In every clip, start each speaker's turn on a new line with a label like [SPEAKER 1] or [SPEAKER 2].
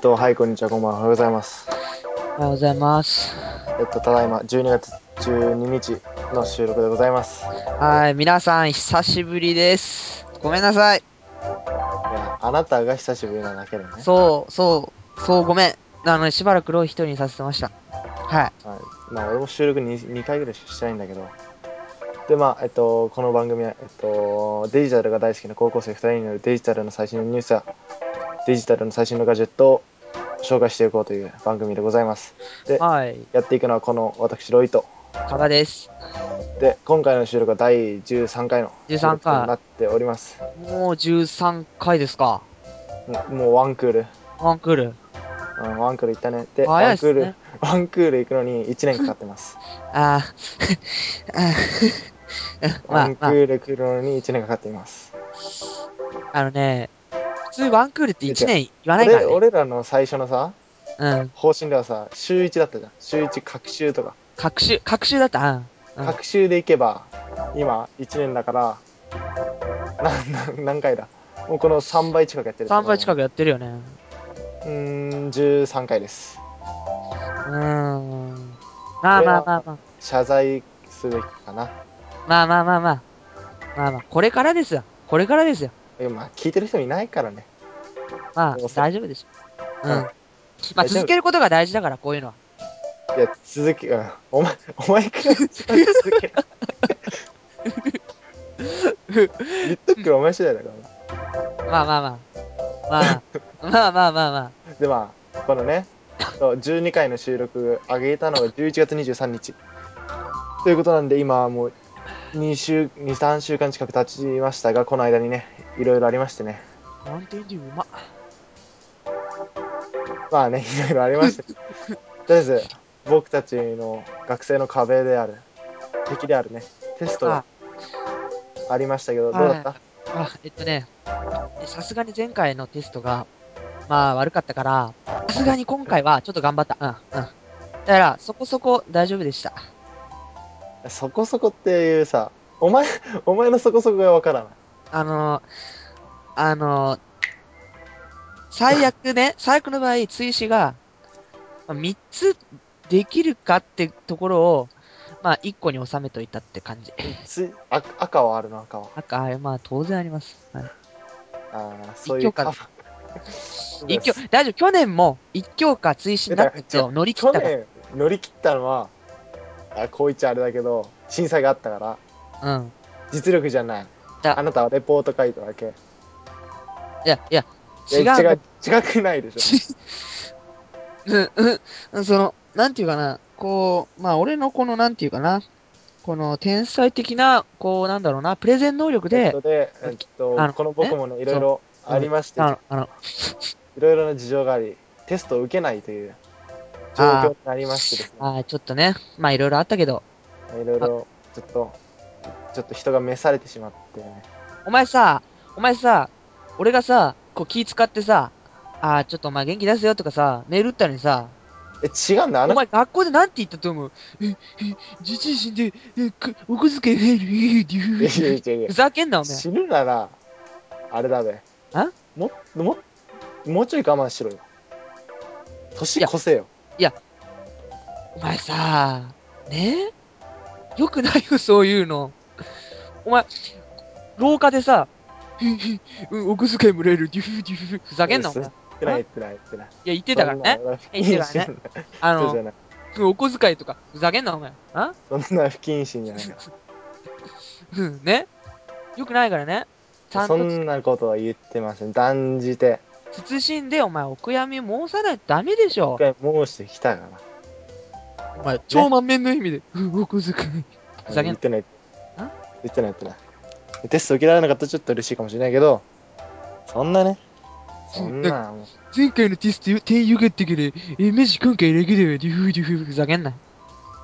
[SPEAKER 1] と、はい、こんにちは、こんばんは、おはようございます。
[SPEAKER 2] おはようございます。
[SPEAKER 1] えっと、ただいま、12月12日の収録でございます。い
[SPEAKER 2] はい、皆さん、久しぶりです。ごめんなさい。
[SPEAKER 1] や、あなたが久しぶりなだけでね。
[SPEAKER 2] そう、そう、そう、ごめん。あの、しばらくロイ一人にさせてました。はい。
[SPEAKER 1] はい、まあ、俺も収録 2, 2回ぐらいしかしてないんだけど。で、まあ、えっと、この番組は、えっと、デジタルが大好きな高校生2人によるデジタルの最新のニュースや、デジタルの最新のガジェットを紹介していこうという番組でございます。で、
[SPEAKER 2] はい。
[SPEAKER 1] やっていくのはこの私、ロイと。
[SPEAKER 2] 加賀です。
[SPEAKER 1] で、今回の収録は第13回の収
[SPEAKER 2] 13
[SPEAKER 1] 録と
[SPEAKER 2] 回
[SPEAKER 1] なっております。
[SPEAKER 2] もう13回ですか。
[SPEAKER 1] うんもうワンクール。
[SPEAKER 2] ワンクール。
[SPEAKER 1] うん、ワンクール行ったね。で、
[SPEAKER 2] 早
[SPEAKER 1] ワ
[SPEAKER 2] いっ
[SPEAKER 1] ンクー
[SPEAKER 2] す
[SPEAKER 1] ル、
[SPEAKER 2] ね
[SPEAKER 1] ワンクール行くのに1年かかって ます。
[SPEAKER 2] あーあー ま
[SPEAKER 1] ワ
[SPEAKER 2] あ
[SPEAKER 1] ン、ク
[SPEAKER 2] まあ、
[SPEAKER 1] ール来るのに1年かかっています。
[SPEAKER 2] あのね、普通ワンクールって1年言わないから
[SPEAKER 1] 俺
[SPEAKER 2] ね。
[SPEAKER 1] 俺らの最初のさ、
[SPEAKER 2] うん。
[SPEAKER 1] 方針ではさ、週1だったじゃん。週1、各週とか。
[SPEAKER 2] 隔週、隔週だった。うん。うん
[SPEAKER 1] 各週で行けば、今1年だから、なんなん何回だもうこの3倍近くやってる。
[SPEAKER 2] 3倍近
[SPEAKER 1] く。
[SPEAKER 2] くやってるよね。
[SPEAKER 1] うーん、13回です。
[SPEAKER 2] うーん。まあまあまあまあ。
[SPEAKER 1] 謝罪すべきかな。
[SPEAKER 2] まあまあまあまあ。まあまあ、これからですよ。これからですよ。
[SPEAKER 1] えまあ、聞いてる人いないからね。
[SPEAKER 2] まあ
[SPEAKER 1] どう、せ
[SPEAKER 2] 大丈夫でしょ。う
[SPEAKER 1] うん
[SPEAKER 2] ん。まあ、
[SPEAKER 1] 大丈夫
[SPEAKER 2] 続けることが大事だから、こういうのは。
[SPEAKER 1] いや、続き、うん、お前、お前くら いしか続けない。言っとくけど、お前次第だか
[SPEAKER 2] まあまあまあ。まあまあまあまあまあま
[SPEAKER 1] ら。で、まあ、このね、そう12回の収録上げたのが11月23日。ということなんで、今はもう2週、2、3週間近く経ちましたが、この間にね、いろいろありましてね。
[SPEAKER 2] あ。なんて言うんだよ、うまっ。
[SPEAKER 1] まあね、いろいろありました。とりあえず、僕たちの学生の壁である、敵であるね、テストがありましたけど、どうだった、
[SPEAKER 2] あ、えっとね、さすがに前回のテストが、まあ悪かったから、さすがに今回はちょっと頑張った。うん、うん。だから、そこそこ大丈夫でした。
[SPEAKER 1] そこそこっていうさ、お前、お前のそこそこがわからない。
[SPEAKER 2] あのー、あのー、最悪ね、最悪の場合、追試が、まあ、3つできるかってところを、まあ、1個に収めといたって感じ。
[SPEAKER 1] つあ赤はあるの赤は。
[SPEAKER 2] なんか、あれまあ、当然あります。はい
[SPEAKER 1] ああ、そういう
[SPEAKER 2] 一教科
[SPEAKER 1] あ
[SPEAKER 2] 一教、大丈夫、去年も1教科追試になったけど、乗り切
[SPEAKER 1] 去
[SPEAKER 2] ったか
[SPEAKER 1] 年乗り切ったのは、あこう言っちゃあれだけど、震災があったから、
[SPEAKER 2] ら。うん。
[SPEAKER 1] 実力じゃない。
[SPEAKER 2] だ
[SPEAKER 1] あなたはレポート書いただけ。
[SPEAKER 2] いや、いや、
[SPEAKER 1] い
[SPEAKER 2] 違
[SPEAKER 1] や
[SPEAKER 2] う。
[SPEAKER 1] 違う違くないでし
[SPEAKER 2] うん、うん、その、なんていうかな、こう、まあ、俺のこの、なんていうかな、この、天才的な、こう、なんだろうな、プレゼン能力
[SPEAKER 1] ょ。という
[SPEAKER 2] で
[SPEAKER 1] こ、とで、えっ
[SPEAKER 2] あ
[SPEAKER 1] と、
[SPEAKER 2] の
[SPEAKER 1] この僕もね、いろいろありまして、
[SPEAKER 2] あの、あの、
[SPEAKER 1] いろいろな事情があり、テストを受けないという状況になりましてですね。
[SPEAKER 2] あーちょっとね、まあいろいろあったけど、
[SPEAKER 1] いろいろ、ちょっと、ちょっと人が召されてしまってね。
[SPEAKER 2] お前さ、お前さ、俺がさ、こう気使ってさ、あーちょっとお前元気出せよとかさ、メール打ったのにさ、
[SPEAKER 1] え、違うんだ、あ
[SPEAKER 2] お
[SPEAKER 1] の
[SPEAKER 2] 前学校でなんて言ったと思うえ、え、自身で、え、くお小遣い入る、え、え、
[SPEAKER 1] いやいや
[SPEAKER 2] え、
[SPEAKER 1] いやいや
[SPEAKER 2] ふざけんな、お前。
[SPEAKER 1] 死ぬなら、あれだべ。
[SPEAKER 2] あ
[SPEAKER 1] も、も、もうちょい我慢しろよ。年越せよ。
[SPEAKER 2] お前さ、ねよくないよ、そういうの。お前、廊下でさ、え、え、うんお小遣いもらえる、デュフデュフ、ふざけんな、お前。い
[SPEAKER 1] 言ってない言ってない言ってない。
[SPEAKER 2] や、言ってたからね。
[SPEAKER 1] そん
[SPEAKER 2] 言って
[SPEAKER 1] な
[SPEAKER 2] たか
[SPEAKER 1] 不
[SPEAKER 2] ら
[SPEAKER 1] 謹慎
[SPEAKER 2] あ
[SPEAKER 1] な人
[SPEAKER 2] の
[SPEAKER 1] じゃ、ない。
[SPEAKER 2] お小遣いとか、ふざけんな、お前。あ
[SPEAKER 1] そんな不謹慎じゃないか
[SPEAKER 2] うん、ねよくないからね。ちゃ
[SPEAKER 1] ら。
[SPEAKER 2] んと
[SPEAKER 1] そんなことは言ってません。断じて、
[SPEAKER 2] 慎んで、お前、お悔やみ申さないとダメでしょ
[SPEAKER 1] 一。回申してきたか
[SPEAKER 2] お前、超満面の意味で、うんお小遣い。ふ
[SPEAKER 1] ら。
[SPEAKER 2] ざけ
[SPEAKER 1] 言
[SPEAKER 2] ん
[SPEAKER 1] っ
[SPEAKER 2] な。
[SPEAKER 1] てない。言
[SPEAKER 2] あ
[SPEAKER 1] ってない言ってない。テスト受けられなかったらちょっと嬉しいかもしれないけど、そんなね、そんな、もう
[SPEAKER 2] 前回のテスト、点よかったけど、え、マジ今回だけだよ、デュフデュフ、ふざけんな。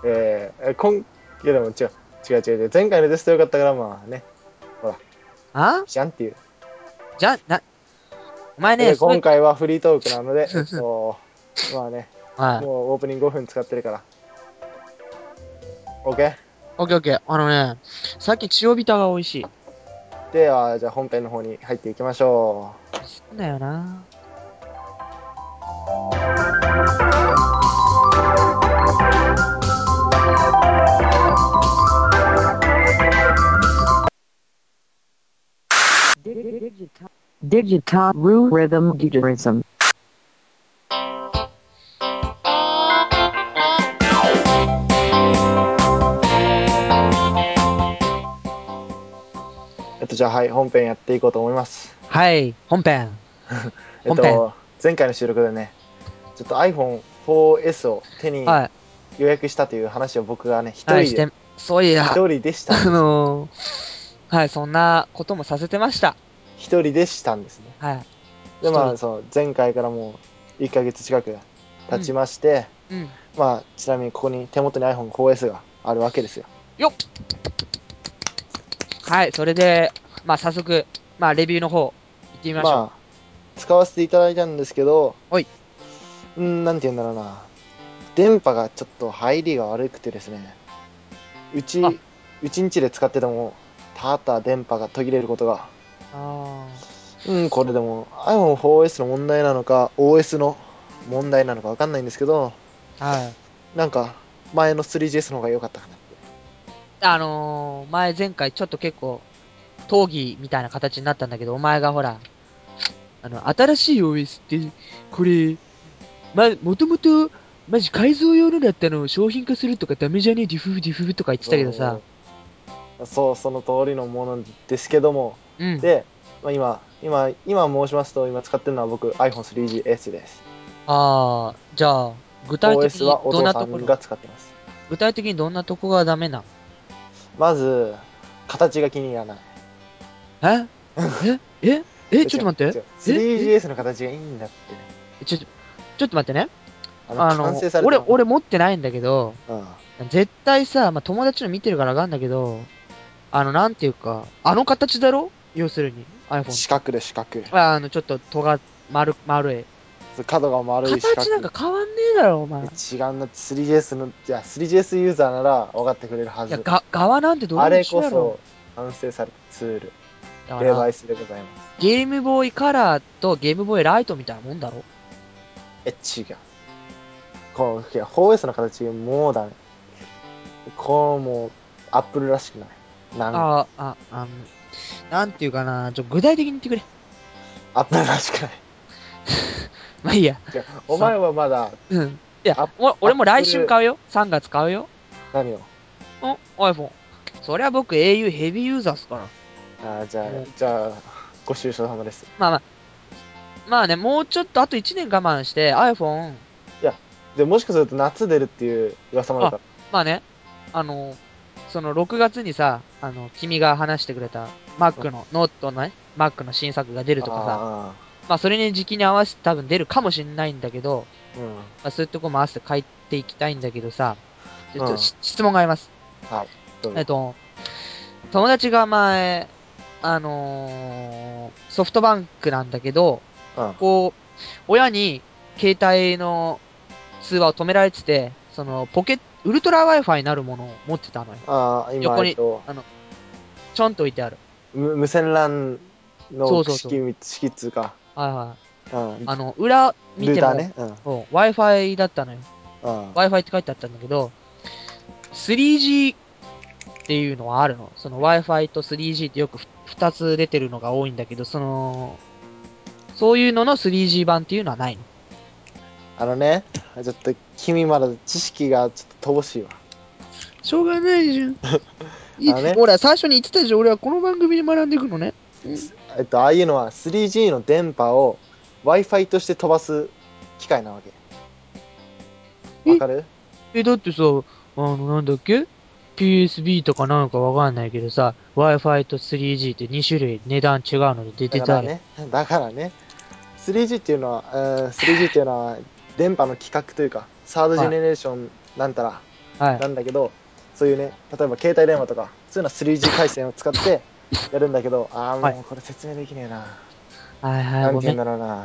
[SPEAKER 1] えー、今けども違う違う違う違う前回のテスト良かったからまあね
[SPEAKER 2] あ
[SPEAKER 1] じゃんっていう、
[SPEAKER 2] じゃ、な、お前ね、
[SPEAKER 1] で
[SPEAKER 2] そうい
[SPEAKER 1] 今
[SPEAKER 2] う、
[SPEAKER 1] 回はフリートークなのでえっとまあね
[SPEAKER 2] はい。
[SPEAKER 1] もうオープニング5分使ってるから OK
[SPEAKER 2] オッケーオッケー。あのね、さっき塩ビタが美味しい。
[SPEAKER 1] ではじゃあ本編の方に入っていきましょう
[SPEAKER 2] 好きだよな。
[SPEAKER 3] Digital Rhythm Guitarism.
[SPEAKER 1] えっと、じゃあ、はい、本編やっていこうと思います。
[SPEAKER 2] はい、本編。
[SPEAKER 1] えっ
[SPEAKER 2] 本
[SPEAKER 1] と
[SPEAKER 2] 編、
[SPEAKER 1] 前回の収録でね、ちょっと iPhone4S を手に
[SPEAKER 2] は
[SPEAKER 1] 予約したという話を僕がね、一
[SPEAKER 2] い、はい、
[SPEAKER 1] 人
[SPEAKER 2] し
[SPEAKER 1] で、
[SPEAKER 2] て、そういや、
[SPEAKER 1] 一人でした
[SPEAKER 2] あ。 のーはい、そんなこともさせてました。
[SPEAKER 1] 一人でしたんですね。
[SPEAKER 2] は
[SPEAKER 1] で、ま
[SPEAKER 2] 一
[SPEAKER 1] あ、
[SPEAKER 2] 人
[SPEAKER 1] そう、前回からもう1ヶ月近く経ちまして、
[SPEAKER 2] い。うん。
[SPEAKER 1] まあ、ちなみにここに手元に iPhone4S があるわけですよ。
[SPEAKER 2] はい、それで、まあ、早速、まあ、レビューの方、行ってみましょう。
[SPEAKER 1] まあ、使わせていただいたんですけど、
[SPEAKER 2] おい。
[SPEAKER 1] うん、なんて言うんだろうな。電波がちょっと入りが悪くてですね、うち
[SPEAKER 2] あ、
[SPEAKER 1] うちんちで使ってても、ただ電波が途切れることが、
[SPEAKER 2] あ
[SPEAKER 1] うん、これでも iPhone4S の問題なのか、OS の問題なのかわかんないんですけど、
[SPEAKER 2] ーはい。
[SPEAKER 1] なんか、前の 3GS の方が良かったかなって。
[SPEAKER 2] あのー前前回ちょっと結構、討議みたいな形になったんだけど、お前がほら、あの、新しい OS って、これ、ま、もともと、マジ改造用のだったのを商品化するとかダメじゃねえ、ディフフディフフとか言ってたけどさ、
[SPEAKER 1] そうその通りのものですけども
[SPEAKER 2] うん。
[SPEAKER 1] で、まあ、今今今申しますと今使ってるのは僕 iPhone3GS です
[SPEAKER 2] ああ、じゃあ、具体的
[SPEAKER 1] OS
[SPEAKER 2] に
[SPEAKER 1] はお
[SPEAKER 2] どん
[SPEAKER 1] 父
[SPEAKER 2] な
[SPEAKER 1] さ
[SPEAKER 2] とこ
[SPEAKER 1] ん
[SPEAKER 2] ろ
[SPEAKER 1] が使ってます
[SPEAKER 2] 具体的にどんなとこがダメな
[SPEAKER 1] まず形が気に入らない
[SPEAKER 2] のええええちょっと待って。
[SPEAKER 1] 違う違う 3GS の形がいいんだって
[SPEAKER 2] ちょ、ちょちょっと待ってね。
[SPEAKER 1] あの
[SPEAKER 2] あの
[SPEAKER 1] 完成さ、れて
[SPEAKER 2] 俺、
[SPEAKER 1] る
[SPEAKER 2] 俺持ってないんだけど、
[SPEAKER 1] うん
[SPEAKER 2] 絶対さ、まあ、友達の見てるからわかんだけど、あの、なんていうか、あの形だろ要するに、iPhone。
[SPEAKER 1] 四角で四角
[SPEAKER 2] ああの、ちょっと尖、丸、丸い。
[SPEAKER 1] 角が丸い四角
[SPEAKER 2] 形なんか変わんねえだろ、お前。
[SPEAKER 1] 違
[SPEAKER 2] い
[SPEAKER 1] うな 3GS のじゃあ 3GS ユーザーなら分かってくれるは
[SPEAKER 2] や、
[SPEAKER 1] ず
[SPEAKER 2] が、側なんてどう
[SPEAKER 1] あ
[SPEAKER 2] でも
[SPEAKER 1] れ
[SPEAKER 2] 一緒
[SPEAKER 1] こ
[SPEAKER 2] だろ
[SPEAKER 1] そ。完成されたツール
[SPEAKER 2] だか
[SPEAKER 1] デバ
[SPEAKER 2] ら
[SPEAKER 1] イスでございます
[SPEAKER 2] ゲームボーイカラーとゲームボーイライトみたいなもんだろ
[SPEAKER 1] え、違う。こう、いや、4S の形、もうダメ。こう、もう、アップルらしくない。なんか、
[SPEAKER 2] ああ、あ、あの、なんていうかな、ちょ、具体的に言ってくれ。
[SPEAKER 1] アップルらしくない。
[SPEAKER 2] まあいいや。
[SPEAKER 1] 違うお前はまだ、
[SPEAKER 2] うん。いや
[SPEAKER 1] あ、
[SPEAKER 2] お俺も来週買うよ。3月買うよ。
[SPEAKER 1] 何を
[SPEAKER 2] お、iPhone。そりゃ僕 au ヘビーユーザーっすから。
[SPEAKER 1] あーじゃあ
[SPEAKER 2] うん、
[SPEAKER 1] じゃあ、ご愁傷様です。
[SPEAKER 2] まあまあ。まあね、もうちょっとあと1年我慢して iPhone、
[SPEAKER 1] で、もしかすると夏出るっていう噂もあるか
[SPEAKER 2] まあね、あの、その6月にさ、あの、君が話してくれた Mac の、ノートのね、Mac の新作が出る
[SPEAKER 1] ら。
[SPEAKER 2] とかさ、
[SPEAKER 1] あ
[SPEAKER 2] まあそれに時期に合わせて多分出るかもしんないんだけど、
[SPEAKER 1] ーうん。
[SPEAKER 2] まあ、そういうとこも合わせて書いていきたいんだけどさ、ちょっ
[SPEAKER 1] うん
[SPEAKER 2] とし、質問があります。
[SPEAKER 1] はい。どうぞ
[SPEAKER 2] えっと、友達が前、あのーソフトバンクなんだけど、
[SPEAKER 1] うん。
[SPEAKER 2] こう、親に携帯の通話を止められてて、そのポケ、ウルトラ Wi-Fi になるものを持ってたのよ。
[SPEAKER 1] ああ、
[SPEAKER 2] 横
[SPEAKER 1] 今、
[SPEAKER 2] に
[SPEAKER 1] えっと、
[SPEAKER 2] ちょんと置いてある。
[SPEAKER 1] む無線 LAN
[SPEAKER 2] そ
[SPEAKER 1] の
[SPEAKER 2] うそうそう
[SPEAKER 1] 式み、式っつうか、
[SPEAKER 2] はいはい。
[SPEAKER 1] うん。
[SPEAKER 2] あの、裏見
[SPEAKER 1] ルー
[SPEAKER 2] て
[SPEAKER 1] タ
[SPEAKER 2] も、
[SPEAKER 1] ーね。うん。
[SPEAKER 2] そう Wi-Fi だったのよ。
[SPEAKER 1] うん。
[SPEAKER 2] Wi-Fi って書いてあったんだけど、3G っていうのはあるのその Wi-Fi と 3G ってよく2つ出てるのが多いんだけど、その、そういうのの 3G 版っていうのはないの
[SPEAKER 1] あのね、ちょっと、君まだ知識がちょっと乏しいわ。
[SPEAKER 2] しょうがない じゃん。
[SPEAKER 1] いあのね
[SPEAKER 2] ほら、最初に言ってたじゃん。俺はこの番組で学んでいくのね。
[SPEAKER 1] えっと、ああいうのは 3G の電波を Wi-Fi として飛ばす機械なわけ。
[SPEAKER 2] え
[SPEAKER 1] わかる
[SPEAKER 2] え、だってさ、あの、なんだっけ ?PSB とかなんかわかんないけどさ、Wi-Fi と 3G って2種類値段違うので出て
[SPEAKER 1] だか
[SPEAKER 2] た
[SPEAKER 1] ら
[SPEAKER 2] り。
[SPEAKER 1] ね。だからね。3G っていうのは、えー 3G っていうのは電波の規格というか、サードジェネレーションなんたら
[SPEAKER 2] はい。
[SPEAKER 1] なんだけど、そういうね、例えば携帯電話とか、そういうのは 3G 回線を使ってやるんだけど、ああ、
[SPEAKER 2] はい
[SPEAKER 1] もうこれ説明できねえな。
[SPEAKER 2] はいは、
[SPEAKER 1] ないん
[SPEAKER 2] ご
[SPEAKER 1] て
[SPEAKER 2] め
[SPEAKER 1] 言うん
[SPEAKER 2] ん。
[SPEAKER 1] だろ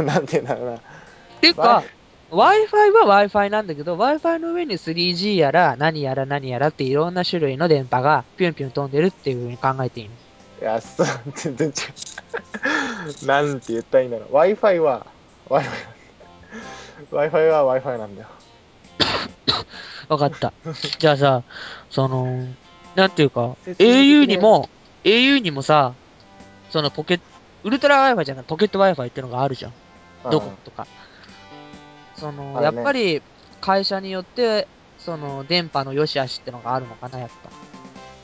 [SPEAKER 1] うな。 なんて言うんだろうな。
[SPEAKER 2] ていう
[SPEAKER 1] わ
[SPEAKER 2] か、Wi-Fi は Wi-Fi なんだけど、Wi-Fi の上に 3G やら、何やら何やらっていろんな種類の電波がピュンピュン飛んでるっていう風に考えていいの。
[SPEAKER 1] いや、そう、全然違う。 なんて言ったらいいんだろう。Wi-Fi は、Wi-Fi Wi-Fi は Wi-Fi なんだよ。
[SPEAKER 2] わ かった。じゃあさ、その、なんていうか、
[SPEAKER 1] 説明できない
[SPEAKER 2] au にも、au にもさ、そのポケ、ウルトラ Wi-Fi じゃない、ポケット Wi-Fi ってのがあるじゃん。どことか。その、
[SPEAKER 1] あ
[SPEAKER 2] や
[SPEAKER 1] る
[SPEAKER 2] っ
[SPEAKER 1] ね
[SPEAKER 2] ぱり会社によって、その、電波の良し悪しってのがあるのかな、やっぱ。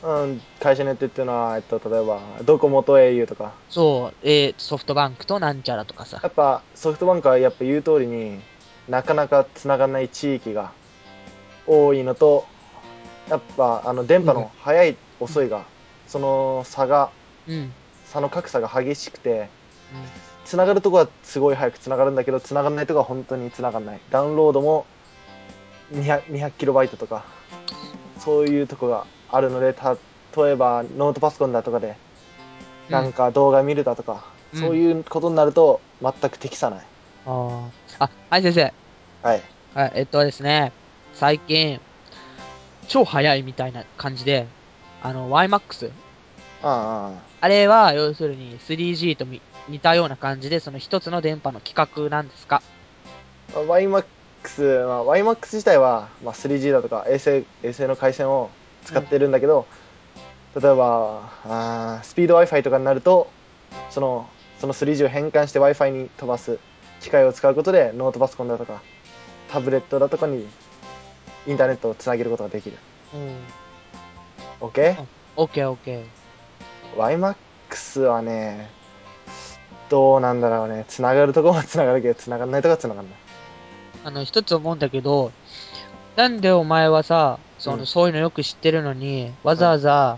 [SPEAKER 1] うん、会社によってっていうのは、えっと、例えば、ドコモと au とか、
[SPEAKER 2] そう、えーソフトバンクとなんちゃらとかさ
[SPEAKER 1] や。っぱソフトバンクはやっぱ言う通りになかなかつながらない地域が多いのと、やっぱあの電波の速い、遅いが、その差が、
[SPEAKER 2] うん。うん
[SPEAKER 1] 差の格差が激しくて、つながるとこはすごい早くつながるんだけど、つながらないとこは本当につながらない。ダウンロードも200 200キロバイトとか、そういうとこがあるので、た例えばノートパソコンだとかで、なんか動画見るだとか、
[SPEAKER 2] うん
[SPEAKER 1] そういうことになると全く適さない。
[SPEAKER 2] あーあ、はい先生。
[SPEAKER 1] はい。
[SPEAKER 2] はい、えっとですね、最近、超早いみたいな感じで、あの、YMAX。
[SPEAKER 1] ああ、
[SPEAKER 2] あれは、要するに 3G とみ似たような感じで、その一つの電波の規格なんですか
[SPEAKER 1] まあ YMAX、まあ、YMAX 自体は、まあ、3G だとか衛星衛星の回線を使ってるんだけど、例えばあースピード Wi-Fi とかになるとそのその 3G を変換して Wi-Fi に飛ばす機械を使うことでノートパソコンだとかタブレットだとかにインターネットをつなげることができる
[SPEAKER 2] うん。
[SPEAKER 1] OKYMAX、
[SPEAKER 2] OK, OK。
[SPEAKER 1] YMAX はねどうなんだろうねつながるとこはつながるけどつながらないとこはつながらない
[SPEAKER 2] あの、一つ思うんだけど、なんでお前はさ、その、
[SPEAKER 1] うん
[SPEAKER 2] そういうのよく知ってるのに、わざわざ、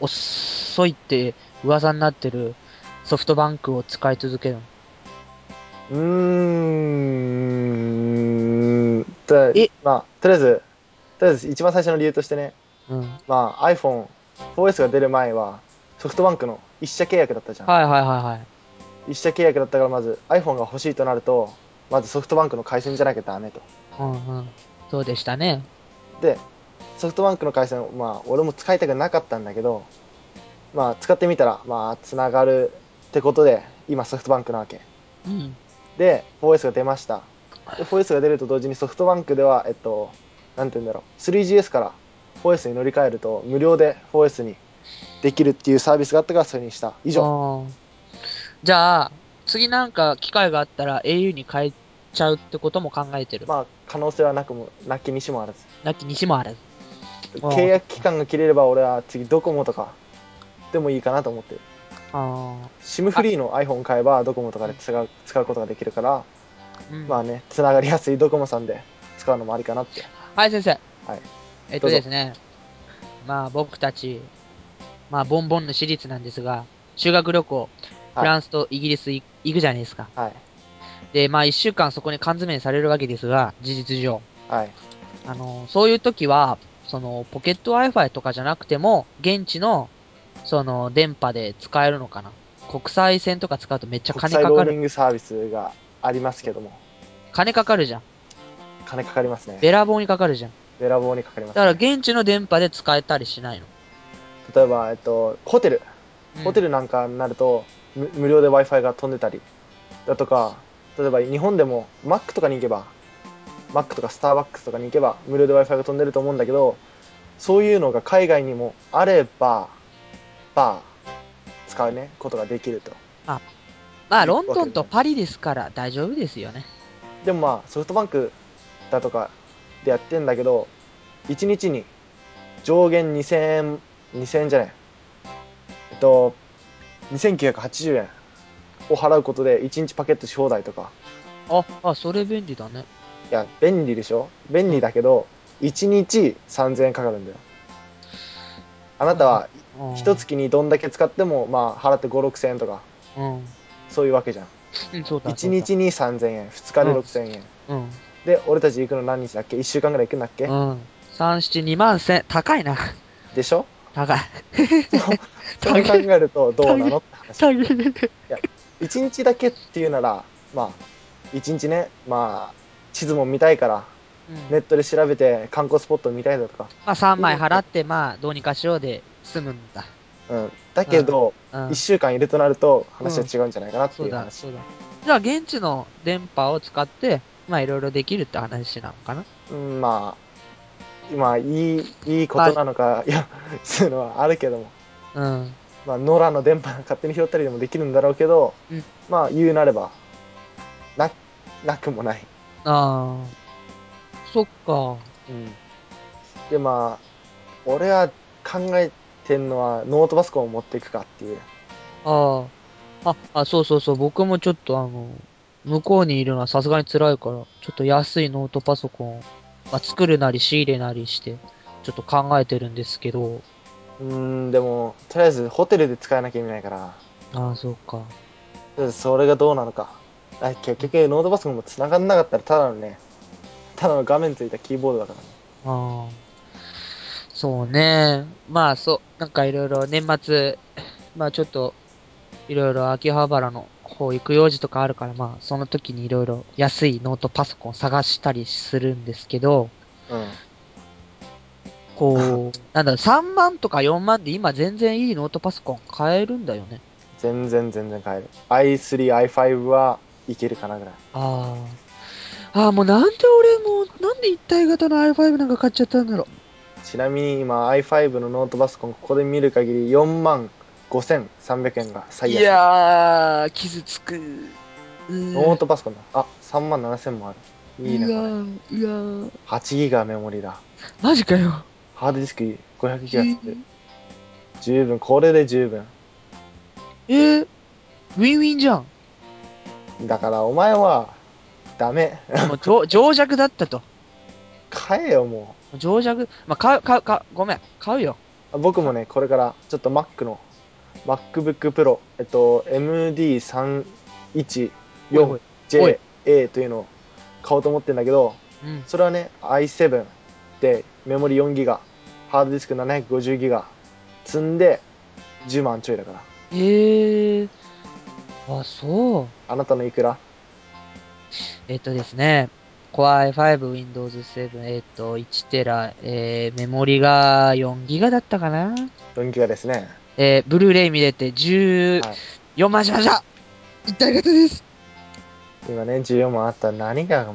[SPEAKER 2] 遅いって噂になってるソフトバンクを使い続けるの
[SPEAKER 1] うーん。と
[SPEAKER 2] え
[SPEAKER 1] まあ、とりあえず、とりあえず一番最初の理由としてね、
[SPEAKER 2] うん。
[SPEAKER 1] まあ、iPhone、4S が出る前は、ソフトバンクの一社契約だったじゃん。
[SPEAKER 2] はいはいはいはい。
[SPEAKER 1] 一社契約だったから、まず iPhone が欲しいとなると、まずソフトバンクの回線じゃなきゃダメと。
[SPEAKER 2] うんうん。そうでしたね。
[SPEAKER 1] で、ソフトバンクの回線を、まあ、俺も使いたくなかったんだけど、まあ、使ってみたら、まあ、つながるってことで、今ソフトバンクなわけ。
[SPEAKER 2] うん。
[SPEAKER 1] で、4S が出ました。で、4S が出ると同時にソフトバンクでは、えっと、なんて言うんだろう、3GS から 4S に乗り換えると、無料で 4S にできるっていうサービスがあったから、それにした。以上。
[SPEAKER 2] あーじゃあ、次なんか機会があったら au に変えちゃうってことも考えてる。
[SPEAKER 1] まあ、可能性はなくも、なきにしもあらず。
[SPEAKER 2] なきにしもあらず。あー
[SPEAKER 1] 契約期間が切れれば、俺は次、ドコモとかでもいいかなと思ってる。
[SPEAKER 2] あ
[SPEAKER 1] SIM フリーの iPhone 買えば、ドコモとかで使う使うことができるから、
[SPEAKER 2] ーうん
[SPEAKER 1] まあね、つながりやすいドコモさんで使うのもありかなって。
[SPEAKER 2] はい、先生。
[SPEAKER 1] はい
[SPEAKER 2] えっ
[SPEAKER 1] ど
[SPEAKER 2] と
[SPEAKER 1] うぞ
[SPEAKER 2] ですね。まあ、僕たち、まあ、ボンボンの私立なんですが、修学旅行、フランスとイギリスい行くじゃないですか。
[SPEAKER 1] はい。
[SPEAKER 2] で、まあ、一週間そこに缶詰にされるわけですが、事実上。
[SPEAKER 1] はい。
[SPEAKER 2] あの、そういう時は、その、ポケット Wi-Fi とかじゃなくても、現地の、その、電波で使えるのかな。国際線とか使うとめっちゃ
[SPEAKER 1] 国
[SPEAKER 2] 金
[SPEAKER 1] 際
[SPEAKER 2] か
[SPEAKER 1] ロ
[SPEAKER 2] か
[SPEAKER 1] ーミ
[SPEAKER 2] る。
[SPEAKER 1] ングサービスがありますけども、
[SPEAKER 2] 金かかるじゃん。
[SPEAKER 1] 金かかりますね。
[SPEAKER 2] べらぼうにかかるじゃん。
[SPEAKER 1] べらぼうにかかります、
[SPEAKER 2] だから
[SPEAKER 1] ね。
[SPEAKER 2] 現地の電波で使えたりしないの。
[SPEAKER 1] 例えば、えっと、ホテル、
[SPEAKER 2] うん
[SPEAKER 1] ホテルなんかになると、む無料で Wi-Fi が飛んでたりだとか、例えば日本でも Mac とかに行けば、Mac とかスターバックスとかに行けば無料で Wi-Fi が飛んでると思うんだけど、そういうのが海外にもあれば、ば、使うね、ことができると。
[SPEAKER 2] まあ、ロンドンとパリですから大丈夫ですよね。
[SPEAKER 1] でもまあ、ソフトバンクだとかでやってんだけど、1日に上限2000円、2000円じゃない。えっと、2980円を払うことで1日パケットし放題とか。
[SPEAKER 2] あ、あ、それ便利だね。
[SPEAKER 1] いや、便利でしょ便利だけど、1日3000円かかるんだよ。あなたは
[SPEAKER 2] うん
[SPEAKER 1] 一。月にどんだけ使っても、まあ、払って5、6000円とか、
[SPEAKER 2] うん。
[SPEAKER 1] そういうわけじゃん。
[SPEAKER 2] うん、そうだ。
[SPEAKER 1] 1日に3000円、2日で
[SPEAKER 2] うん
[SPEAKER 1] 6000円。
[SPEAKER 2] そうだ。うん。
[SPEAKER 1] で、俺たち行くの何日だっけ ?1 週間ぐらい行くんだっけ
[SPEAKER 2] うん。3、7、2万1000、高いな。
[SPEAKER 1] でしょ
[SPEAKER 2] 高い。
[SPEAKER 1] そう考えるとどうなのって話
[SPEAKER 2] 高い。
[SPEAKER 1] 一日だけっていうならまあ一日ねまあ地図も見たいから
[SPEAKER 2] うん
[SPEAKER 1] ネットで調べて観光スポット見たいだとか、
[SPEAKER 2] まあ3枚払って、まあどうにかしようで済むんだ。
[SPEAKER 1] うん、だけど
[SPEAKER 2] うん
[SPEAKER 1] 一。週間いるとなると話は違うんじゃないかなって
[SPEAKER 2] そ
[SPEAKER 1] いうう
[SPEAKER 2] だ、
[SPEAKER 1] 話
[SPEAKER 2] そうだ。じゃあ現地の電波を使って、まあいろいろできるって話なのかな
[SPEAKER 1] うんまあ今いいいいことなのか、いやそういうのはあるけども
[SPEAKER 2] うん。
[SPEAKER 1] まあ、ノラの電波勝手に拾ったりでもできるんだろうけど、
[SPEAKER 2] うん
[SPEAKER 1] まあ言うなればななくもない
[SPEAKER 2] ああ。そっか。うん。
[SPEAKER 1] でまあ俺は考えてんのはノートパソコンを持っていくかっていう
[SPEAKER 2] ああ。あ、あ、そうそうそう。僕もちょっとあの、向こうにいるのはさすがに辛いから、ちょっと安いノートパソコンを、まあ、作るなり仕入れなりして、ちょっと考えてるんですけど。
[SPEAKER 1] うーんでもとりあえずホテルで使えなきゃ意味ないから
[SPEAKER 2] ああ、そう
[SPEAKER 1] と
[SPEAKER 2] か。
[SPEAKER 1] りあえずそれがどうなのかあ結局ノートパソコンも繋がんなかったらただのねただの画面ついたキーボードだからね
[SPEAKER 2] ああ。そうね。まあ、そう、なんかいろいろ年末、まあちょっと、いろいろ秋葉原の方行く用事とかあるから、まあその時にいろいろ安いノートパソコン探したりするんですけど、
[SPEAKER 1] うん
[SPEAKER 2] こう、なんだろう、3万とか4万で今全然いいノートパソコン買えるんだよね。
[SPEAKER 1] 全然全然買える i3i5 はいけるかなぐらい
[SPEAKER 2] ああ。ああ、もうなんで俺もう、なんで一体型の i5 なんか買っちゃったんだろう。
[SPEAKER 1] ちなみに今 i5 のノートパソコンここで見る限り4万5300円が最
[SPEAKER 2] い
[SPEAKER 1] 安
[SPEAKER 2] やー、傷つく。
[SPEAKER 1] ノ
[SPEAKER 2] ノ
[SPEAKER 1] ートパソコンだあ3万7000もあるいいなこ
[SPEAKER 2] うわ
[SPEAKER 1] れ
[SPEAKER 2] ーうわー
[SPEAKER 1] 8ギガメモリだ
[SPEAKER 2] マジかよ。
[SPEAKER 1] ハードディスク500ギガつってる十分これで十分
[SPEAKER 2] えー、ウィンウィンじゃ ん。
[SPEAKER 1] だからお前はダメ
[SPEAKER 2] もうじょ情弱だったと。
[SPEAKER 1] 買えよも
[SPEAKER 2] 情弱。まあ、買う、買う、買う、ごめん。買うよ。
[SPEAKER 1] う僕もねこれからちょっと Mac の MacBookPro えっと MD314JA
[SPEAKER 2] おいおい
[SPEAKER 1] というのを買おうと思ってんだけど
[SPEAKER 2] うん。
[SPEAKER 1] それはね i7 でメモリ 4GB ハードディスク 750GB 積んで10万ちょいだから
[SPEAKER 2] えー。あ、そう。
[SPEAKER 1] あなたのいくら
[SPEAKER 2] えっとですね。Core i5 Windows 7、えっと、1テラ、えー、メモリが4ギガだったかな。
[SPEAKER 1] 4GB ですね
[SPEAKER 2] えー、ブルーレイ見れて14
[SPEAKER 1] はい
[SPEAKER 2] 万しました。一体型です。
[SPEAKER 1] 今ね14万あったら何がもう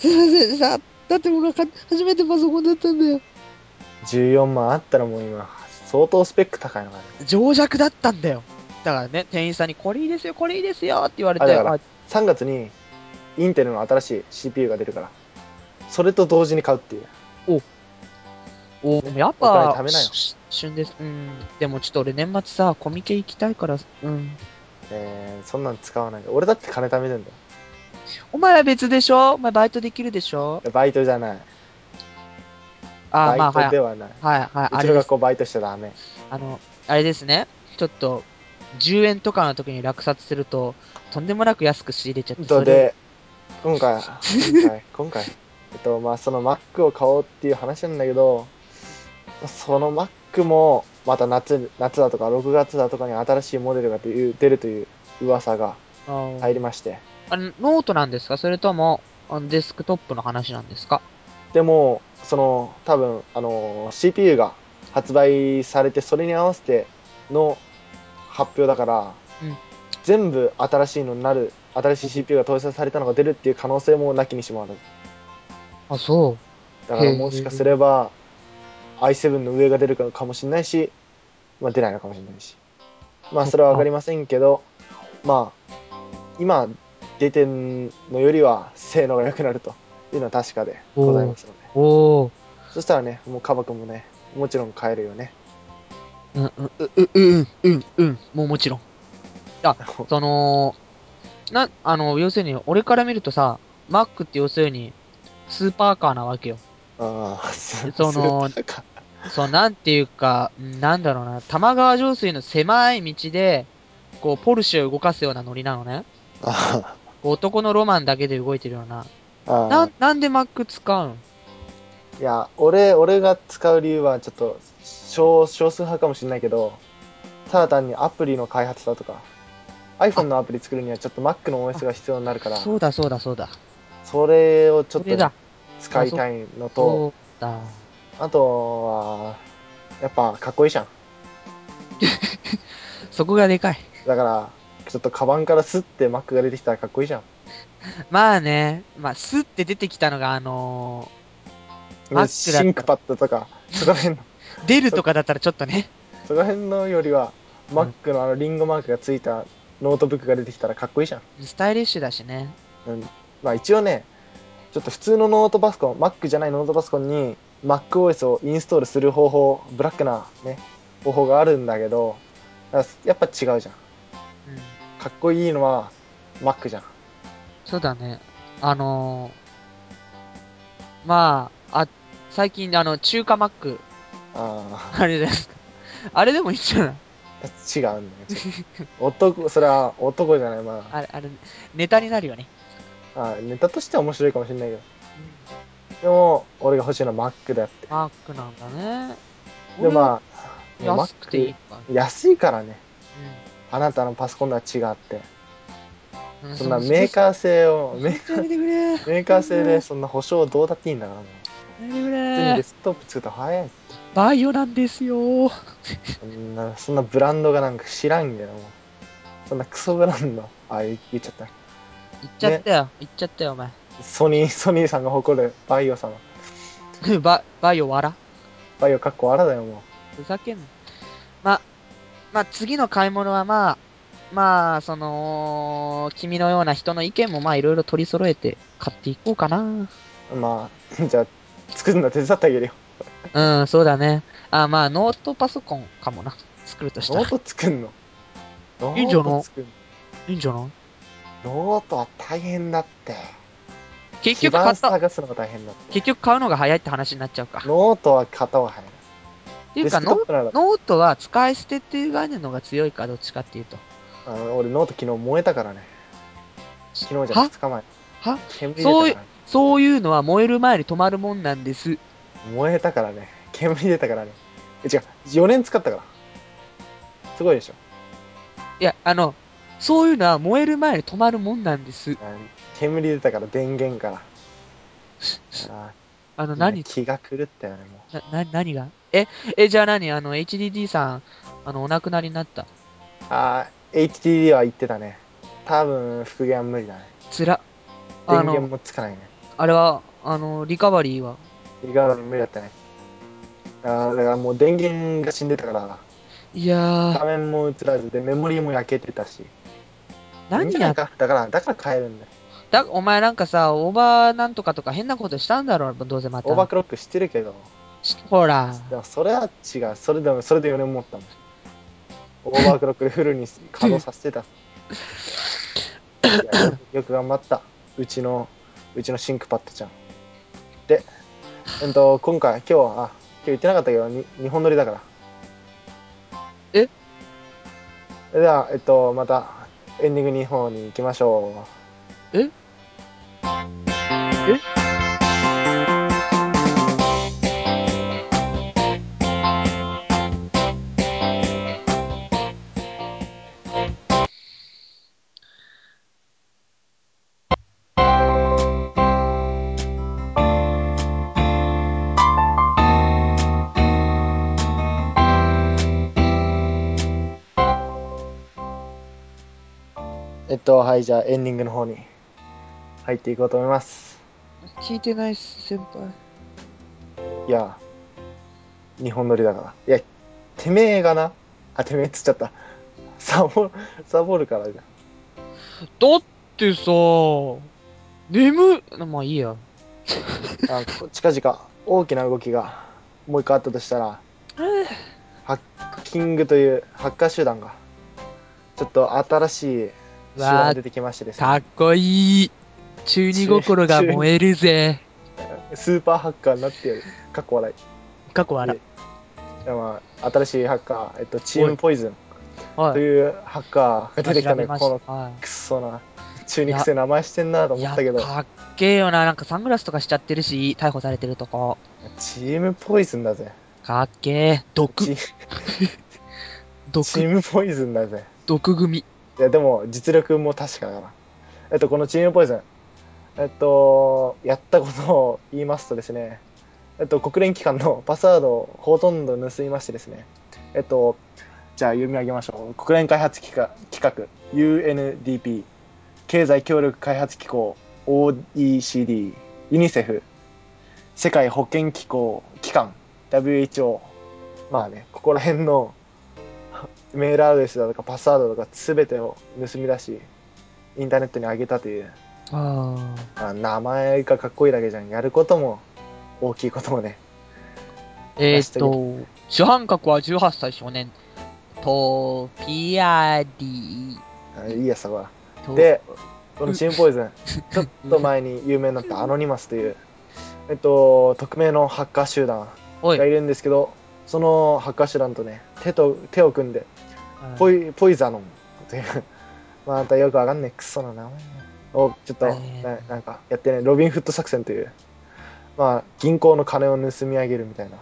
[SPEAKER 2] すいませんでした。だって僕は買っ初めてパソコンだったんだよ。
[SPEAKER 1] 14万あったらもう今相当スペック高いのがね
[SPEAKER 2] 情弱だったんだよ。だからね、店員さんにこれいいですよ、これいいですよって言われて、
[SPEAKER 1] あだから
[SPEAKER 2] あ
[SPEAKER 1] 3月にインテルの新しい CPU が出るからそれと同時に買うっていう
[SPEAKER 2] おでもやっ
[SPEAKER 1] お
[SPEAKER 2] ぱ
[SPEAKER 1] 金貯めなよ、
[SPEAKER 2] し旬です。うん。でもちょっと俺年末さ、コミケ行きたいから、うん。
[SPEAKER 1] えー、そんなん使わない俺だって金貯めてんだよ
[SPEAKER 2] お前は別でしょお前バイトできるでしょ
[SPEAKER 1] バイトじゃない
[SPEAKER 2] あー、ま
[SPEAKER 1] バ
[SPEAKER 2] あ、
[SPEAKER 1] イト
[SPEAKER 2] はい。
[SPEAKER 1] ではない、
[SPEAKER 2] はい、はい、あ
[SPEAKER 1] うちの
[SPEAKER 2] れで
[SPEAKER 1] 学
[SPEAKER 2] す。
[SPEAKER 1] 校バイトしちゃダメ
[SPEAKER 2] あの、あれですね。ちょっと、10円とかの時に落札すると、とんでもなく安く仕入れちゃって、
[SPEAKER 1] と
[SPEAKER 2] それ
[SPEAKER 1] で、今回、今 回、今回、えっと、まあ、その Mac を買おうっていう話なんだけど、その Mac も、また夏、夏だとか6月だとかに新しいモデルが出る出るという噂が
[SPEAKER 2] あー
[SPEAKER 1] 入りまして、
[SPEAKER 2] あのノートなんですかそれとも、あのデスクトップの話なんですか
[SPEAKER 1] でも、その、多分、あの、CPU が発売されて、それに合わせての発表だから、
[SPEAKER 2] うん
[SPEAKER 1] 全部新しいのになる、新しい CPU が搭載されたのが出るっていう可能性もなきにしもあらず。
[SPEAKER 2] あ、そう。
[SPEAKER 1] だからもしかすれば i7 の上が出るかもしれないし、まあ、出ないのかもしれないしまあそれは分かりませんけどまあ今出てんのよりは性能が良くなるというのは確かでございますので
[SPEAKER 2] おー。
[SPEAKER 1] そしたらねもうカバ君もねもちろん買えるよね
[SPEAKER 2] うんうんうんうんうんうんもうもちろんそのなあの要するに俺から見るとさマックって要するにスーパーカーなわけよ
[SPEAKER 1] ああそ
[SPEAKER 2] そ のそうなんていうかうんなんだろうな玉川上水の狭い道でこうポルシェを動かすようなノリなのね
[SPEAKER 1] あ
[SPEAKER 2] こう男のロマンだけで動いてるような
[SPEAKER 1] あ
[SPEAKER 2] ななんでマック使うん
[SPEAKER 1] いや俺俺が使う理由はちょっと少少数派かもしれないけどただ単にアプリの開発だとか iPhone のアプリ作るにはちょっと Mac の OS が必要になるからそ
[SPEAKER 2] そうだそうだそうだ
[SPEAKER 1] れをちょっ
[SPEAKER 2] そ
[SPEAKER 1] とね
[SPEAKER 2] れだ
[SPEAKER 1] 使いたいのと
[SPEAKER 2] そうだ
[SPEAKER 1] あとはやっぱかっこいいじゃん
[SPEAKER 2] そこがでかい
[SPEAKER 1] だからちょっとカバンからスッて Mac が出てきたらかっこいいじゃん
[SPEAKER 2] まあねまあスッて出てきたのがあのー、Mac だったら
[SPEAKER 1] ねシンクパッドとかそこら辺の
[SPEAKER 2] 出るとかだったらちょっとね。
[SPEAKER 1] そこら辺のよりは Mac のあのリンゴマークがついたノートブックが出てきたらかっこいいじゃん。
[SPEAKER 2] スタイリッシュだしね。
[SPEAKER 1] うん、まあ一応ね、ちょっと普通のノートパソコン、Mac じゃないノートパソコンに MacOS をインストールする方法、ブラックなね、方法があるんだけど、だからやっぱ違うじゃん。
[SPEAKER 2] うん。
[SPEAKER 1] かっこいいのは Mac じゃん。
[SPEAKER 2] そうだね。あのーまあ、あ、最近、あの、中華マック、
[SPEAKER 1] あ
[SPEAKER 2] あれですか。あれでもいいんじゃない
[SPEAKER 1] あ、違うんだよ。ち ょっと男、それは男じゃない、まあ。
[SPEAKER 2] あれ、あれ、ネタになるよね。
[SPEAKER 1] あネタとしては面白いかもしれないけど。でも、俺が欲しいのは Mac だって。
[SPEAKER 2] マックなんだね。
[SPEAKER 1] で、まあ、
[SPEAKER 2] 俺は安くていい
[SPEAKER 1] Mac
[SPEAKER 2] か。
[SPEAKER 1] 安いからね。あなたのパソコンとは違って。
[SPEAKER 2] うん。
[SPEAKER 1] そんなメーカー性 を、メ
[SPEAKER 2] ー。やめてくれ。や
[SPEAKER 1] メーカー製でそんな保証どうだっていいんだからもう。
[SPEAKER 2] めてく
[SPEAKER 1] 普通にデ
[SPEAKER 2] れ。
[SPEAKER 1] スクトップ作ったら早い。
[SPEAKER 2] バイオなんですよ。
[SPEAKER 1] そんな、そんなブランドがなんか知らんけどもう。そんなクソブランド。あ、言言っちゃった。
[SPEAKER 2] 言っちゃったよ。言っちゃったよ、お前。
[SPEAKER 1] ソニー、ソニーさんが誇るバイオ様。
[SPEAKER 2] バ、バイオわら。
[SPEAKER 1] バイオかっこあらだよ、も
[SPEAKER 2] ふざけんな。ま、まあ、次の買い物はまあ、まあ、その、君のような人の意見もまあいろいろ取り揃えて買っていこうかな。
[SPEAKER 1] う。まあ、 じゃあ、作るの手伝ってあげるよ。
[SPEAKER 2] うん、そうだね。あ、まあ、ノートパソコンかもな。作るとした
[SPEAKER 1] ノ
[SPEAKER 2] ら
[SPEAKER 1] ー。ト作んの。ノ
[SPEAKER 2] いいんじゃ
[SPEAKER 1] ー
[SPEAKER 2] ない
[SPEAKER 1] ト作んの。
[SPEAKER 2] いいんじゃない
[SPEAKER 1] ノートは大変だって。
[SPEAKER 2] 結
[SPEAKER 1] 基
[SPEAKER 2] 局買
[SPEAKER 1] 盤
[SPEAKER 2] った、
[SPEAKER 1] 探すのが大変だって。
[SPEAKER 2] 結局買うのが早いって話になっちゃうか。っ
[SPEAKER 1] ノートは型は早い。
[SPEAKER 2] ていうか、
[SPEAKER 1] デスク
[SPEAKER 2] ノ
[SPEAKER 1] トップなら、
[SPEAKER 2] ノートは使い捨てっていう概念の方が強いか、どっちかっていうと。
[SPEAKER 1] あの俺ノート昨日燃えたからね。昨日じゃ
[SPEAKER 2] は
[SPEAKER 1] 2日前。
[SPEAKER 2] は
[SPEAKER 1] 煙出たからね
[SPEAKER 2] そういうのは燃える前に止まるもんなんです。
[SPEAKER 1] 燃えたからね。煙出たからね。え違う、4年使ったから。すごいでしょ。
[SPEAKER 2] いや、あの、そういうのは燃える前に止まるもんなんです。
[SPEAKER 1] あの煙出たから電源から。あ
[SPEAKER 2] あの、
[SPEAKER 1] ー
[SPEAKER 2] 何
[SPEAKER 1] 気が狂ったよね、も
[SPEAKER 2] な、な、何がえ、え、じゃあ何あの、HDD さん、あの、お亡くなりになった。
[SPEAKER 1] う。あー HDD は言ってたね。多分、復元は無理だね。
[SPEAKER 2] つら。あ
[SPEAKER 1] 電源
[SPEAKER 2] の、
[SPEAKER 1] もつかないね。
[SPEAKER 2] あれは、あの、リカバリーは。
[SPEAKER 1] 意外に無理だったね。あーだからもう電源が死んでたから、
[SPEAKER 2] いや
[SPEAKER 1] 画面も映らずで、メモリーも焼けてたし。い
[SPEAKER 2] ー、
[SPEAKER 1] いん
[SPEAKER 2] 何
[SPEAKER 1] じゃな
[SPEAKER 2] や
[SPEAKER 1] い、かだから、だから変えるんだよ。
[SPEAKER 2] だ、お前なんかさ、オーバーなんとかとか変なことしたんだろう、どうせまた。
[SPEAKER 1] オーバークロックしてるけど、
[SPEAKER 2] しほら、
[SPEAKER 1] でもそれは違う。それでも、それで4年持ったもん。オーバークロックでフルに稼働させてた。いやよくよく頑張った。うちの、うちのシンクパッドちゃん。で、うんと、今回、今日は、あ、今日言ってなかったけど、に日本撮りだから。
[SPEAKER 2] え
[SPEAKER 1] では、えっと、また、エンディングの方に行きましょう。えっと、はい、じゃあエンディングの方に入っていこうと思います。
[SPEAKER 2] 聞いてないっす、先輩。
[SPEAKER 1] いや、日本撮りだから。いや、てめえがな、あ、てめえっつっちゃった。サボ、サボるからじゃん。
[SPEAKER 2] だってさ、眠、まあいいや。
[SPEAKER 1] あこ近々、大きな動きがもう一回あったとしたら、ハッキングというハッカー集団が、ちょっと新しい集団が出てきましてですね、
[SPEAKER 2] かっこいい。中二心が燃えるぜ。
[SPEAKER 1] スーパーハッカーになってやる。かっこ笑い。
[SPEAKER 2] 過去あら。
[SPEAKER 1] でまあ、新しいハッカー、えっと、チームポイズンと
[SPEAKER 2] はい。
[SPEAKER 1] いうハッカーが出てきた
[SPEAKER 2] 調
[SPEAKER 1] の
[SPEAKER 2] べ
[SPEAKER 1] よ
[SPEAKER 2] ま
[SPEAKER 1] こ
[SPEAKER 2] し
[SPEAKER 1] の
[SPEAKER 2] た。はい
[SPEAKER 1] くそな中肉性名前してんなと
[SPEAKER 2] い
[SPEAKER 1] 思
[SPEAKER 2] や、
[SPEAKER 1] ったけど
[SPEAKER 2] かっけえよな。なんかサングラスとかしちゃってるし、逮捕されてるとこ。
[SPEAKER 1] チームポイズンだぜ
[SPEAKER 2] かっけえ。毒、
[SPEAKER 1] チチ
[SPEAKER 2] 毒、
[SPEAKER 1] ームポイズンだぜ
[SPEAKER 2] 毒組。
[SPEAKER 1] いやでも実力も確かだからえっとこのチームポイズンえっとやったことを言いますとですねえっと国連機関のパスワードをほとんど盗みましてですねえっとじゃあ読み上げましょう国連開発企画企画 UNDP 経済協力開発機構 OECD ユニセフ世界保健機構機関 WHO まあねここら辺のメールアドレスだとかパスワードとか全てを盗み出し、インターネットに上げたという、
[SPEAKER 2] ああ。
[SPEAKER 1] まあ名前がかっこいいだけじゃん。やることも大きいこともね。
[SPEAKER 2] えーっと、主犯格は18歳少年。トピアリ
[SPEAKER 1] あいいや、そこは。
[SPEAKER 2] と、
[SPEAKER 1] で、このチームポイズン、ちょっと前に有名になったアノニマスという、えっと、匿名のハッカー集団
[SPEAKER 2] おい
[SPEAKER 1] がい、るんですけど、そのハッカー集団とね、手と、手を組んで、ポ
[SPEAKER 2] い、
[SPEAKER 1] イポイザノンという、 またよくわかんないクソな名前をちょっと
[SPEAKER 2] え
[SPEAKER 1] ななんかやってね、ロビンフット作戦という、まあ、銀行の金を盗み上げるみたいな、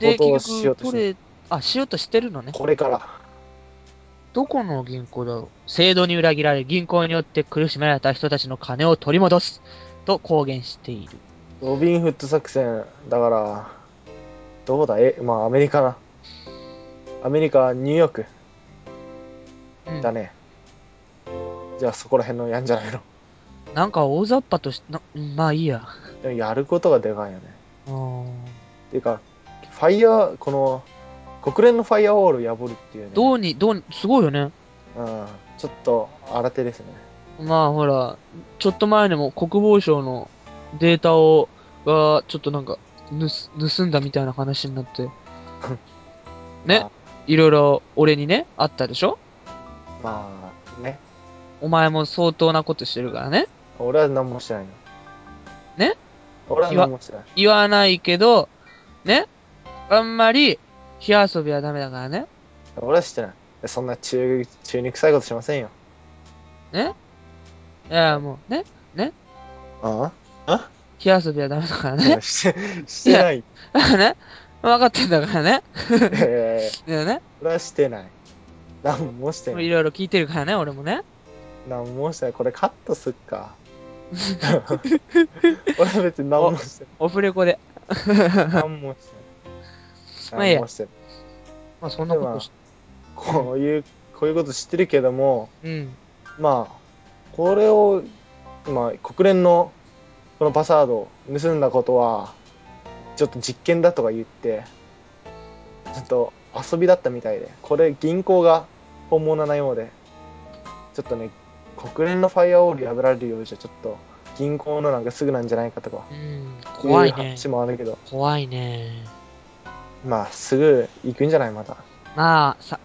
[SPEAKER 2] で、
[SPEAKER 1] 強盗を
[SPEAKER 2] 結
[SPEAKER 1] しよう
[SPEAKER 2] 局、
[SPEAKER 1] として
[SPEAKER 2] 取れ、あ、しようとしてるのね。
[SPEAKER 1] これから、
[SPEAKER 2] どこの銀行だろう制度に裏切られ、銀行によって苦しめられた人たちの金を取り戻すと公言している。
[SPEAKER 1] ロビンフット作戦だからどうだえまあアメリカなアメリカニューヨーク
[SPEAKER 2] うん
[SPEAKER 1] だね、じゃあそこら辺のやんじゃないの
[SPEAKER 2] なんか大雑把として、なうんまあいいや。
[SPEAKER 1] でもやることがでかいよね
[SPEAKER 2] うーん
[SPEAKER 1] っていうかファイヤーこの国連のファイアウォール破るっていうね
[SPEAKER 2] ど
[SPEAKER 1] う、
[SPEAKER 2] うに、どうに、すごいよね。
[SPEAKER 1] ん、ちょっと新手ですね
[SPEAKER 2] まあほら、ちょっと前にも国防省のデータを、が、ちょっとなんか、ぬす、盗んだみたいな話にな って。ね
[SPEAKER 1] あ、
[SPEAKER 2] いろいろ俺にね、あったでしょ
[SPEAKER 1] まあね
[SPEAKER 2] お前も相当なことしてるからね。
[SPEAKER 1] 俺は何もしてないの
[SPEAKER 2] ね
[SPEAKER 1] 俺は何もしてない
[SPEAKER 2] 言わないけど、ね、あんまり、火遊びはダメだからね。
[SPEAKER 1] 俺はしてないそんな中中に臭いことしませんよ
[SPEAKER 2] いや、もうね、
[SPEAKER 1] あ
[SPEAKER 2] 火遊びはダメだから
[SPEAKER 1] あ
[SPEAKER 2] ね。
[SPEAKER 1] してしてない
[SPEAKER 2] だから ね、分かってんだからね。
[SPEAKER 1] えー
[SPEAKER 2] だよね。
[SPEAKER 1] 俺はしてない。何もしてない。
[SPEAKER 2] いろいろ聞いてるからね、俺もね。
[SPEAKER 1] 何もしてない。これカットすっ か。俺は別に何もして
[SPEAKER 2] オフレコで。
[SPEAKER 1] ない。何もして
[SPEAKER 2] まあ
[SPEAKER 1] ない
[SPEAKER 2] い。や
[SPEAKER 1] 何もしてない。
[SPEAKER 2] まあそんなこ
[SPEAKER 1] で
[SPEAKER 2] と
[SPEAKER 1] は
[SPEAKER 2] し、
[SPEAKER 1] こういう、こういうこと知ってるけども、
[SPEAKER 2] うん。
[SPEAKER 1] まあ、これを、まあ、国連のこのパスワードを盗んだことは、ちょっと実験だとか言って、ちょっと遊びだったみたいで、これ銀行が本物なようで、ちょっとね、国連のファイアウォール破られるようじゃ、ちょっと銀行のなんかすぐなんじゃないかとか、
[SPEAKER 2] うん。怖い
[SPEAKER 1] そういう
[SPEAKER 2] ね。
[SPEAKER 1] 話もあるけど、
[SPEAKER 2] 怖いね。
[SPEAKER 1] まあ、すぐ行くんじゃない、また。
[SPEAKER 2] まあ、さ、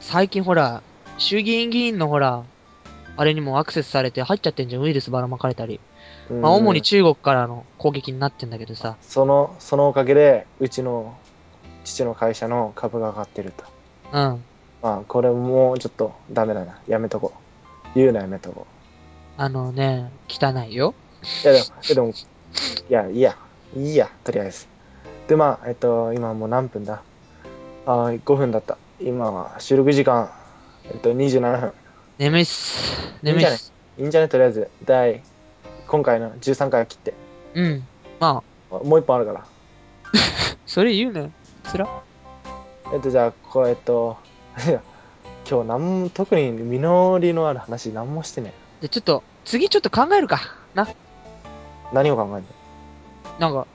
[SPEAKER 2] 最近ほら、衆議院議員のほら、あれにもアクセスされて入っちゃってんじゃん、ウイルスばらまかれたり。
[SPEAKER 1] うん
[SPEAKER 2] まあ主に中国からの攻撃になってんだけどさ。
[SPEAKER 1] その、そのおかげで、うちの父の会社の株が上がってると。
[SPEAKER 2] うん。
[SPEAKER 1] まあ、これもうちょっとダメだな。やめとこう。言うのやめとこ
[SPEAKER 2] あのね、汚いよ。
[SPEAKER 1] う。いや、でも、いや、でも、いや、いいや、いいや、とりあえず。で、まあ、えっと、今もう何分だああ、5分だった。今は収録時間、えっと、27分。
[SPEAKER 2] 眠いっす。
[SPEAKER 1] いいん
[SPEAKER 2] 眠い
[SPEAKER 1] じゃな
[SPEAKER 2] っ
[SPEAKER 1] い
[SPEAKER 2] す。
[SPEAKER 1] いいんじゃねとりあえず、第、今回の13回は切って。
[SPEAKER 2] うん。まあ、
[SPEAKER 1] もう一本あるから。
[SPEAKER 2] それ言うね。つら。
[SPEAKER 1] えっと、じゃあ、こう、えっと、いや今日何も、特に実りのある話何もしてねえ。
[SPEAKER 2] で、ちょっと、次ちょっと考えるか。な。
[SPEAKER 1] 何を考えんの
[SPEAKER 2] なんか、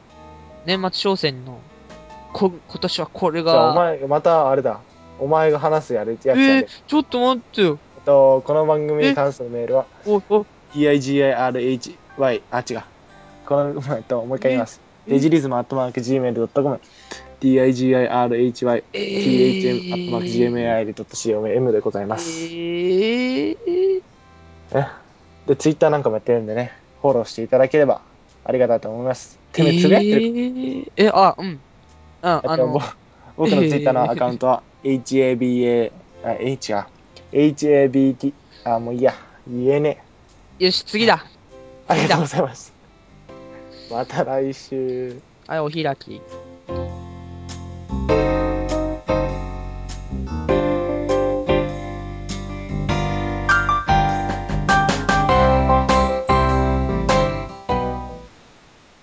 [SPEAKER 2] 年末商戦の、こ、今年はこれ
[SPEAKER 1] じゃあ、お
[SPEAKER 2] が、
[SPEAKER 1] 前、またあれだ。お前が話すやるやつ
[SPEAKER 2] え
[SPEAKER 1] やる
[SPEAKER 2] ー、ちょっと待ってよ。
[SPEAKER 1] えっと、この番組に関するメールは、
[SPEAKER 2] お、お、
[SPEAKER 1] digirhy、あ、違う。この、えっと、もう一回言います。
[SPEAKER 2] え
[SPEAKER 1] デジリズムアットマーク gmail.com、digirhy、thm
[SPEAKER 2] え
[SPEAKER 1] アッ
[SPEAKER 2] ー、
[SPEAKER 1] トマーク gmail.com でございます。
[SPEAKER 2] えー、
[SPEAKER 1] で、ツイッターなんかもやってるんでね、フォローしていただければありがたいと思います。てめえ、つぶやいてる。
[SPEAKER 2] えー、え、あ、うん。あ、
[SPEAKER 1] え
[SPEAKER 2] あ
[SPEAKER 1] っと、ぼ
[SPEAKER 2] の、
[SPEAKER 1] 僕のツイッターのアカウントは、haba、あ、h が、habt、あ、もういいや、言えねえ。
[SPEAKER 2] よし、次だ。
[SPEAKER 1] ありがとうございます。また来週。
[SPEAKER 2] はい、お開き。